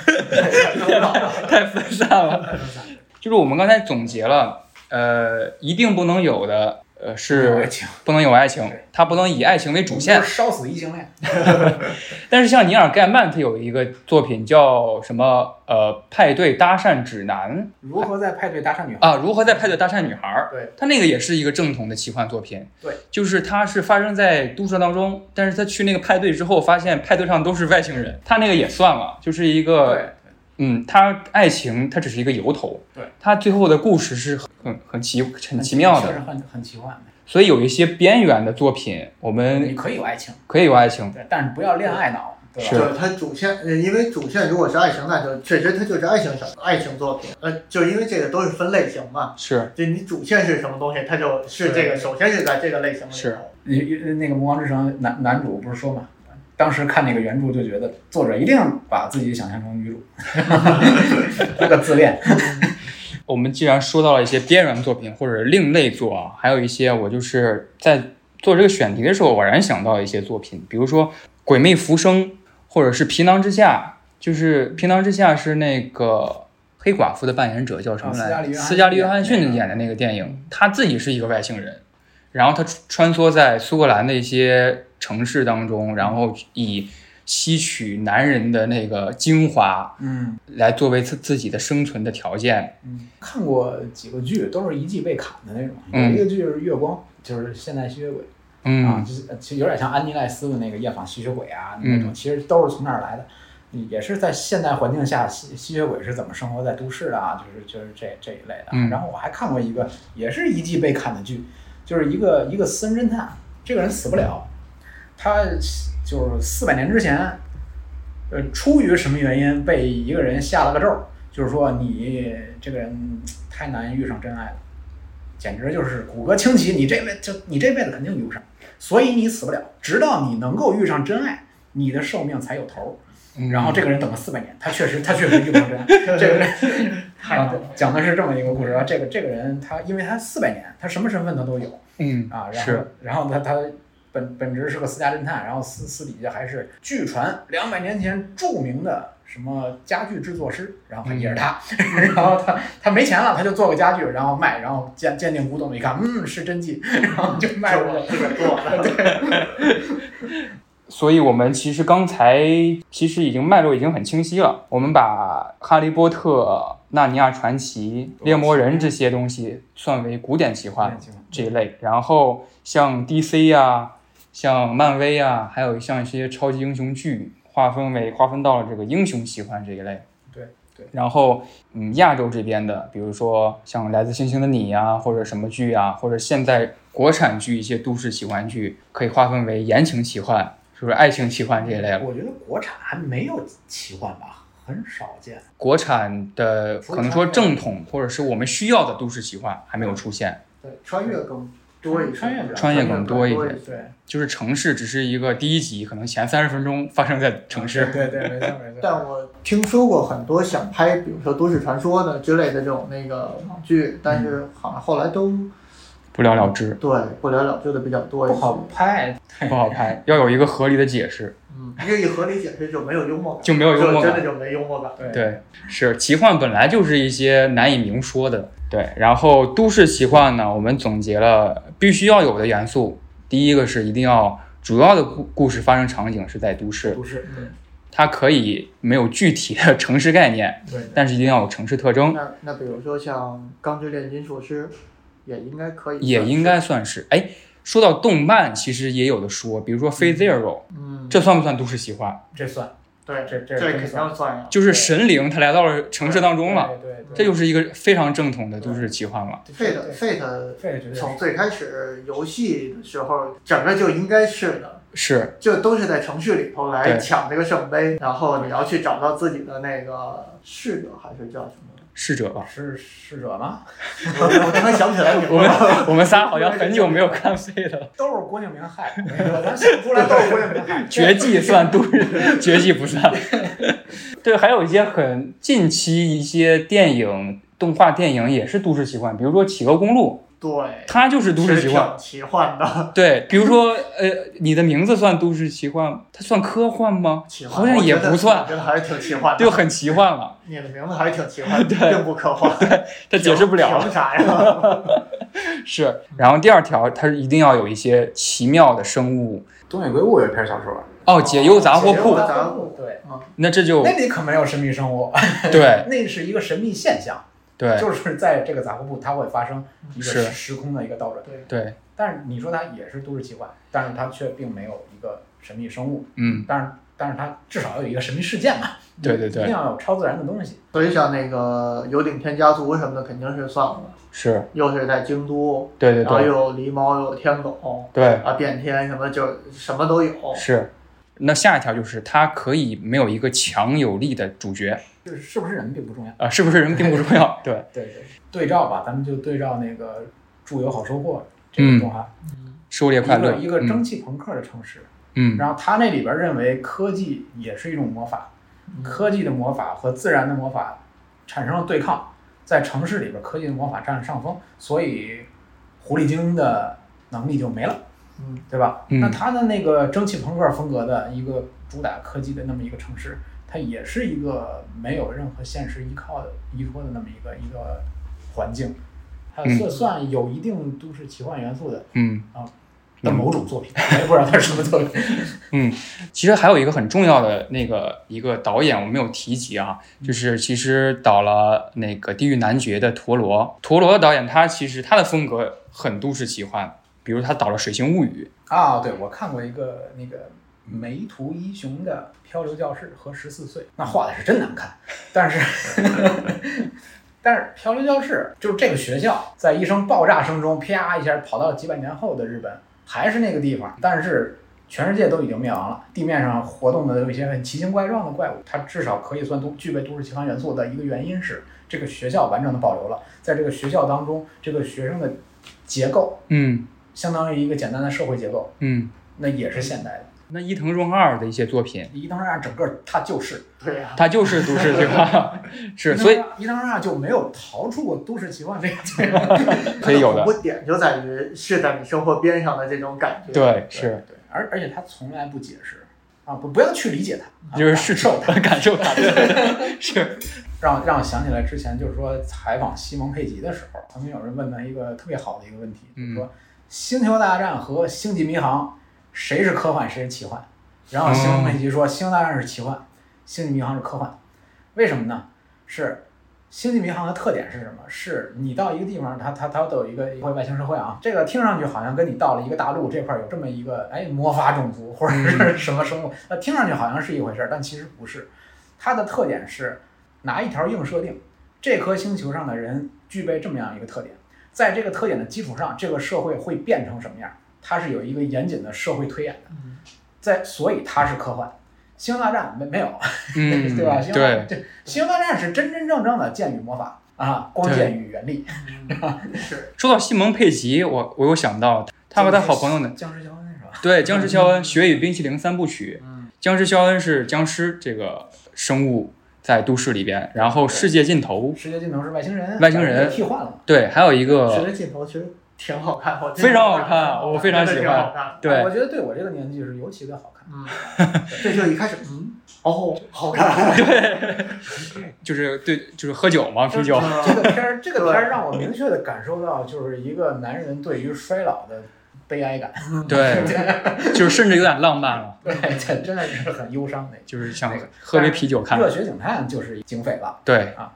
B: 对
C: [LAUGHS] 太分散了。就是我们刚才总结了，呃，一定不能有的呃，
A: 有爱
C: 是
A: 情
C: 不能有爱情
A: 对，
C: 它不能以爱情为主
A: 我
C: 线
A: 们。就是烧死异性恋，
C: 但是像尼尔盖曼，他有一个作品叫什么？呃，派对搭讪指南
A: 如何在派对搭讪女孩？
C: 啊，如何在派对搭讪女孩儿？
A: 对，
C: 他那个也是一个正统的奇幻作品。
A: 对，
C: 就是它是发生在都市当中，但是他去那个派对之后，发现派对上都是外星人，他那个也算了，就是一个
A: 对，
C: 嗯，他爱情它只是一个由头，
A: 对，
C: 他最后的故事是很很奇很奇妙
A: 确实
C: 的，
A: 很很奇幻。
C: 所以有一些边缘的作品，我
A: 你
C: 们
A: 可以有爱情，
C: 可以有爱情，
A: 对，但是不要恋爱脑，对吧？
C: 嗯是
B: 就是它主线，呃因为主线如果是爱情，那就确实它就是爱情小爱情作品。呃，就是因为这个都是分类型嘛，
C: 是
B: 就你主线是什么东西，它就是这个，
A: 是
B: 首先是在这个类型里头。
C: 是
A: 你那个《暮光之城》男男主不是说嘛，当时看那个原著就觉得作者一定把自己想象成女
C: [LAUGHS]
A: 主， [LAUGHS] 那个自恋，
C: 我们既然说到了一些边缘作品或者另类作啊，还有一些我就是在做这个选题的时候偶然想到一些作品，比如说《鬼魅浮生》或者是《皮囊之下》，就是《皮囊之下》是那个黑寡妇的扮演者叫什么
A: 啊斯嘉
C: 来
A: 丽
C: 着？
A: 约翰
C: 斯嘉丽·约翰
A: 逊
C: 逊
A: 演
C: 演的那个电影，他自己是一个外星人，然后他穿梭在苏格兰的一些城市当中，然后以吸取男人的那个精华
A: 嗯
C: 来作为自自己的生存的条件。
A: 嗯，看过几个剧，都是一季被砍的那种，
C: 嗯
A: 有一个剧是《月光》，就是现代吸血鬼、
C: 嗯，
A: 啊，就是其实有点像安妮赖斯的那个《夜访吸血鬼》啊，
C: 嗯
A: 那种其实都是从那儿来的。也是在现代环境下，吸吸血鬼是怎么生活在都市的啊？就是就是这这一类的。啊
C: 嗯
A: 然后我还看过一个，也是一季被砍的剧，就是一个一个私人侦探，这个人死不了，他就是四百年之前，呃，出于什么原因被一个人下了个咒儿，就是说你这个人太难遇上真爱了，简直就是骨骼清奇，你这辈就你这辈子肯定遇不上，所以你死不了，直到你能够遇上真爱，你的寿命才有头儿。
C: 嗯
A: 然后这个人等了四百年，他确实他确实遇不上真爱，这个人。
B: 太
A: 啊
B: 好了，
A: 讲的是这么一个故事啊，这个这个人他因为他四百年，他什么身份他都有，
C: 嗯
A: 啊，然后
C: 是
A: 然后他他本本职是个私家侦探，然后私私底下还是据传两百年前著名的什么家具制作师，然后也是他， [LAUGHS] 然后他他没钱了，他就做个家具，然后卖，然后鉴鉴定古董一看，嗯，是真迹，然后就卖
B: 是
A: 出去
B: 我
A: 了。
B: 这个做的。
C: 所以我们其实刚才其实已经脉络已经很清晰了。我们把《哈利波特》《纳尼亚传奇》《猎魔人》这些东西算为古典奇幻这一类，然后像 DC 呀、像漫威啊，还有像一些超级英雄剧，划分为划分到了这个英雄奇幻这一类。
A: 对对
C: 然后，嗯，亚洲这边的，比如说像《来自星星的你》啊，或者什么剧啊，或者现在国产剧一些都市奇幻剧，可以划分为言情奇幻，是不是爱情奇幻这一类？
A: 我觉得国产还没有奇幻吧，很少见。
C: 国产的
A: 除了
C: 可能说
A: 穿越
C: 正统或者是我们需要的都市奇幻还没有出现，
B: 对，穿越更多一些，
A: 穿越比较
C: 穿越更多一些
B: 些。
A: 对，
C: 就是城市只是一个第一集，可能前三十分钟发生在城市。
A: 对对，没错没错。
B: 但我听说过很多想拍，比如说《都市传说》呢之类的这种那个网剧，
C: 嗯
B: 但是好像后来都
C: 不了了之，
B: 对不了了之的比较多一
A: 不
B: 些。
A: 好拍，
C: 不好拍，要有一个合理的解释。
B: 嗯，因为一合理解释就没有幽默感，
C: 就没有幽默感
B: 真的就没幽默感。
A: 对
C: 对，是奇幻本来就是一些难以明说的。对，然后都市奇幻呢，我们总结了必须要有的元素。第一个是一定要主要的故故事发生场景是在都市
A: 不，是
B: 嗯，
C: 它可以没有具体的城市概念， [LAUGHS]
A: 对
C: 但是一定要有城市特征，
B: 那那比如说像《钢之炼金术师》，也应该可以，
C: 也应该，算是。哎，说到动漫，其实也有的说，比如说《Fate Zero》，
B: 嗯，
C: 这算不算都市奇幻？
A: 这算
B: 对
A: 这这
B: 这
A: 这
B: 肯定
A: 算
B: 算呀。
C: 就是神灵它来到了城市当中了，
A: 对对，对
C: 这就是一个非常正统的都市奇幻了。
A: 对
B: Fate
A: 这
B: Fate
A: 个绝对是
B: 从最开始游戏的时候，整个就应该是的，
C: 是，
B: 就都是在程序里头来
C: 对
B: 抢这个圣杯，然后你要去找到自己的那个逝者还是叫什么？
C: 逝者吧。 [LAUGHS]
A: 是逝者吗？
B: 我我刚才想不起来名
C: 我们
B: 字了。
C: 我们仨好像很久没有看废了，
A: 都是郭敬明害，咱想出来都是郭敬明
C: [LAUGHS]
A: 害。
C: 绝技算都市， [LAUGHS] 绝技不算。对，还有一些很近期一些电影、动画电影也是都市奇幻，比如说《企鹅公路》，
B: 对，
C: 它就是都市奇幻。
B: 挺奇幻的，
C: 对，比如说，呃，你的名字算都市奇幻，它算科幻吗
B: 奇？幻
C: 好像也不
B: 我
C: 算，
B: 觉得我觉得还是挺奇幻的，
C: 就很奇幻了。
B: 你的名字还是挺奇幻的，
C: [LAUGHS] 对
B: 并不科幻，对，
C: 这解释不了
B: 凭啥呀？ [LAUGHS]
C: 是，然后第二条，它一定要有一些奇妙的生物。
F: 东野圭吾有一篇小说，
C: 哦，解忧杂货
B: 解忧
C: 铺，
B: 杂
A: 杂
B: 货铺
A: 对，
C: 那这就
A: 那里可没有神秘生物，
C: 对
A: [LAUGHS] 那是一个神秘现象，
C: 对
A: 就是在这个杂货铺它会发生一个
C: 是
A: 时时空的一个倒转。
C: 对，
A: 但是你说它也是都市奇幻，但是它却并没有一个神秘生物，
C: 嗯，
A: 但是但是它至少有一个神秘事件嘛，
C: 对对
A: 一定
C: 对，
A: 要有超自然的东西。
B: 所以像那个《有顶天家族》什么的，肯定是算了，
C: 是，
B: 又是在京都，
C: 对对
B: 然后又
C: 对
B: 有狸猫，又有天狗，
C: 对
B: 啊，变天什么就什么都有，
C: 是。那下一条就是它可以没有一个强有力的主角
A: 就是是不是人并不重要，
C: 啊、是不是人并不重要， [LAUGHS] 对，
A: 对对，对照吧，咱们就对照那个《祝有好收获》这个动画，
C: 狩猎嗯快乐，
A: 一个一个蒸
C: 嗯
A: 汽朋克的城市，
C: 嗯
A: 然后他那里边认为科技也是一种魔法，科技的魔法和自然的魔法产生了对抗，在城市里边，科技的魔法占了上风，所以狐狸精的能力就没了，
B: 嗯，
A: 对吧？
C: 嗯
A: 那他的那个蒸汽朋克风格的一个主打科技的那么一个城市，它也是一个没有任何现实依靠的依托的那么一个一个环境，它
C: 嗯
A: 算算有一定都市奇幻元素的
C: 嗯
A: 的某种作品，我也不知道它是什么作品。
C: 嗯，其实还有一个很重要的那个一个导演我没有提及啊，
A: 嗯
C: 就是其实导了那个《地狱男爵》的陀螺，陀螺的导演他其实他的风格很都市奇幻，比如他导了《水形物语
A: 啊，对，我看过一个那个梅图一雄的《漂流教室》和《十四岁》，那画的是真难看，但是但是《漂流教室》就是这个学校在一声爆炸声中，啪一下跑到了几百年后的日本，还是那个地方，但是。全世界都已经灭亡了，地面上活动的有一些很奇形怪状的怪物，它至少可以算都具备都市奇幻元素的一个原因是，这个学校完整的保留了，在这个学校当中，这个学生的结构》。
C: 嗯
A: 相当于一个简单的社会结构，
C: 嗯，
A: 那也是现代的。
C: 那伊藤润二的一些作品，
A: 伊藤润二整个他就是，
B: 对呀、
C: 他就是都市奇幻，是，所以
A: 伊藤润二就没有逃出过都市奇幻这个这
C: [LAUGHS]
A: 个。
C: 可以有
B: 恐怖
C: 的，
B: 点就在于是在你生活边上的这种感觉，
C: 对，是，
A: [LAUGHS] 对，而而且他从来不解释啊，不不要去理解他，
C: 就是
A: 是
C: 是
A: 受他。
C: 感受它，
A: [LAUGHS]
C: 对对是，
A: 让让我想起来之前就是说采访西蒙佩吉的时候，曾经有人问他一个特别好的一个问题，
C: 嗯
A: 就是说《星球大战》和《星际迷航》谁是科幻，谁是奇幻？然后西蒙佩吉说，《星球大战》是奇幻，《星际迷航》是科幻，为什么呢？是星际迷航的特点是什么？是你到一个地方，它它它都有一个会外星社会啊，这个听上去好像跟你到了一个大陆这块儿有这么一个哎魔法种族或者是什么生物，那听上去好像是一回事儿，但其实不是。它的特点是拿一条硬设定，这颗星球上的人具备这么样一个特点，在这个特点的基础上，这个社会会变成什么样？它是有一个严谨的社会推演的，
B: 嗯
A: 在所以它是科幻。星球大战没没有，
C: 嗯，
A: [LAUGHS] 对吧？星球
C: 对，
A: 对，星球大战是真真正正的剑与魔法啊，光
C: 对
A: 剑与原力。
B: 是
C: 说到西蒙佩吉，我我有想到他和他好朋友呢，
A: 僵尸肖恩是吧？
C: 对，僵尸肖恩《雪与冰淇淋》三部曲，
A: 嗯
C: 僵尸肖恩是僵尸这个生物在都市里边，然后世界尽头，
A: 世界尽头是外星人，
C: 外星人
A: 咱们也替换了嘛。
C: 对，还有一
B: 《
C: 个
B: 十镜头》其实挺好看，我
C: 呃非常好看啊我非常
B: 真
C: 喜
B: 的挺
C: 欢
B: 好看。
A: 啊我觉
C: 对
A: 得对我这个年纪是尤其的好看。
B: 嗯，这就一开始，嗯，哦，好看，
C: 就是对就是喝酒嘛， [LAUGHS] 啤酒，
A: 这个片儿，这个片儿让我明确的感受到，就是一个男人对于衰老的悲哀
C: [LAUGHS]
A: 感。 [LAUGHS]
C: 对，就是甚至有点浪漫了，
A: 对，这真的是很忧伤的。
C: 就是想喝杯啤酒看
A: 热。血警探就是警匪了，
C: 对
A: 啊，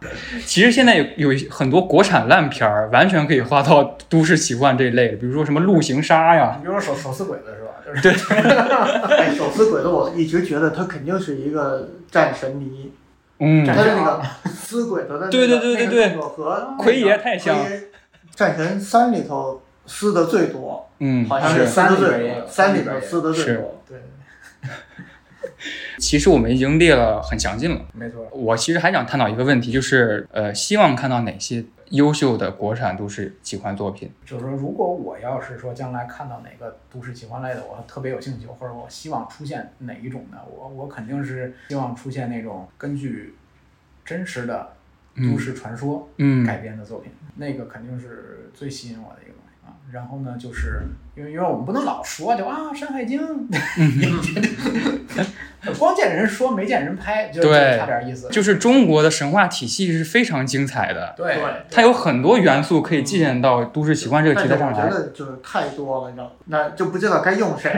C: 其实现在有有很多国产烂片儿，完全可以划到都市奇幻这一类的，比如说什么《陆行杀》呀，
A: 你比如说手手撕鬼子是吧？就是
B: 哎，手撕鬼子，我一直觉得他肯定是一个战神迷，
C: 嗯，
B: 他的那个撕鬼子的那个
C: 对对对对对
B: 那个动作和
C: 奎爷太像了
B: 奎爷战神三里头撕的最多，
C: 嗯，
B: 好像是
A: 是
B: 撕
A: 三
B: 的
A: 里边
B: 最
A: 也有
B: 多，三
A: 里
B: 里
A: 边也
B: 头
A: 有
B: 撕的最
C: 是
B: 多，
A: 对，
C: 其实我们已经列了很详尽了。
A: 没错。
C: 我其实还想探讨一个问题，就是呃，希望看到哪些优秀的国产都市奇幻作品？
A: 就是说，如果我要是说将来看到哪个都市奇幻类的，我特别有兴趣，或者我希望出现哪一种呢？我我肯定是希望出现那种根据真实的都市传说
C: 嗯
A: 改编的作品，那个肯定是最吸引我的一个东西啊。然后呢，就是因为因为我们不能老说就啊《山海经》，光见人说没见人拍，就就
C: 对
A: 差点意思。
C: 就是中国的神话体系是非常精彩的，
A: 对，
C: 它有很多元素可以借鉴到都市奇观这个
B: 但
C: 题
B: 是
C: 材
B: 我
C: 上
B: 觉
C: 来。
B: 得就是太多了，你知道吗？那就不知道该用
C: [LAUGHS]
B: 谁。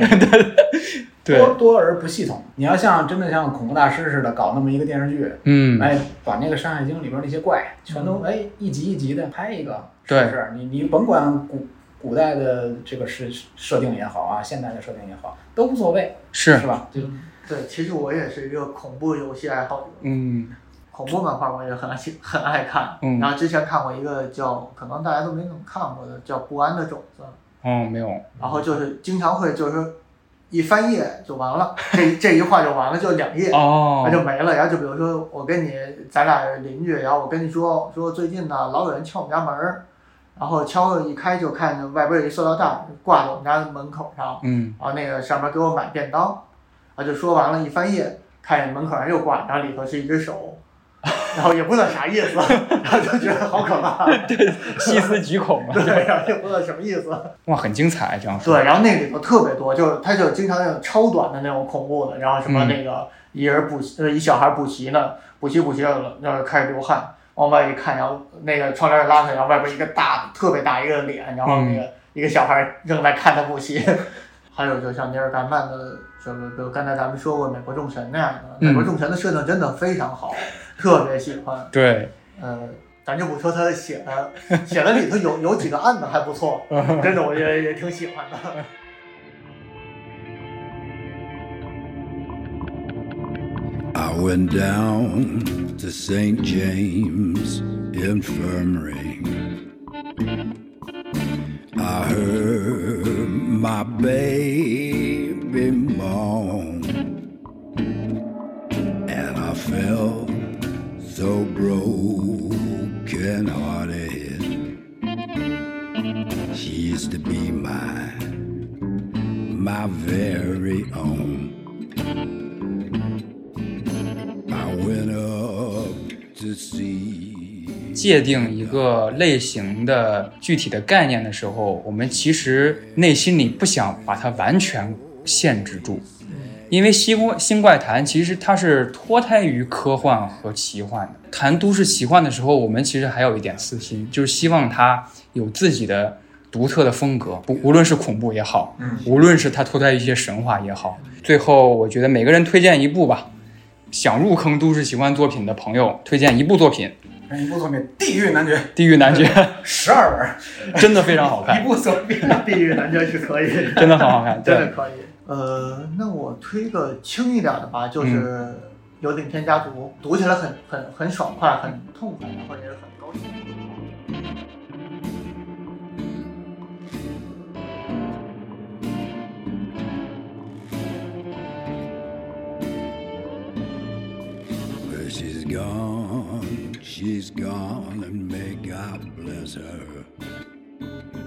C: 对，
A: 多多而不系统。你要像真的像恐怖大师似的搞那么一个电视剧，
C: 嗯，
A: 哎，把那个《山海经》里边那些怪全都哎一集一集的拍一个，是
C: 对
A: 不是？你你甭管古古代的这个是设定也好啊，现代的设定也好，都无所谓，
C: 是，
A: 吧？就
B: 对，其实我也是一个恐怖游戏爱好者，
C: 嗯
B: 恐怖漫画我也很喜很爱看。
C: 嗯
B: 然后之前看过一个叫，可能大家都没怎么看过的，叫《不安的种子》，
C: 哦，没有，
B: 然后就是经常会就是一翻页就完了，这这一话就完了，就两页。
C: 哦
B: 那，就没了。然后就比如说我跟你，咱俩邻居，然后我跟你说说最近呢，老有人敲我们家门儿，然后敲一开就看见外边有一塑料袋挂在我们家门口上，
C: 嗯
B: 然后啊那个上面给我买便当，然后就说完了，一翻页看见门口上又挂，然后里头是一只手。然后也不知道啥意思， [LAUGHS] 然后就觉得好可怕， [LAUGHS]
C: 细思极恐啊，
B: 对，然后也不知道什么意思。
C: 哇，很精彩，这样说，
B: 对，然后那里头特别多，就是它就经常有超短的那种恐怖的，然后什么
C: 嗯
B: 那个一人补习呃一小孩补习呢，补习补习了，然后开始流汗，往外一看，然后那个窗帘拉开，然后外边一个大特别大一个脸，然后那
C: 嗯
B: 个、一个小孩正在看他补习。 [LAUGHS] 还有就像尼尔盖曼的，什么，比如刚才咱们说过《美国众神》那样的，
C: 嗯
B: 美国众神》的设定真的非常好，特别喜欢。
C: 对，
B: 呃，咱就不说他写的，写的里头有有几个案子还不错，
C: 嗯
B: 真的我觉得也挺喜欢的。
F: I went down to St. James Infirmary. I heard my baby moan, and I felt so broken hearted. She used to be my, my very own. I went up to see.
C: 界定一个类型的具体的概念的时候，我们其实内心里不想把它完全限制住，因为新怪新怪谈其实它是脱胎于科幻和奇幻的。谈都市奇幻的时候，我们其实还有一点私心，就是希望它有自己的独特的风格，不无论是恐怖也好，无论是它脱胎于一些神话也好。最后，我觉得每个人推荐一部吧。想入坑都市奇幻作品的朋友，推荐一部作品
A: 一部作品《地狱男爵》
C: 《地狱男爵》。
A: 十二
C: 真的非常好
A: 本，一
C: 看，
A: 部作品。
B: [LAUGHS] 地狱男爵是可以，
C: [LAUGHS] 真的很好看，
B: 真的
C: 对，
B: 可以。呃，那我推个轻一点的吧，就是《有顶天家族》读起来很很很爽快，很痛快，然后也是很高兴。
F: Well, she's gone, she's gone, and may God bless her.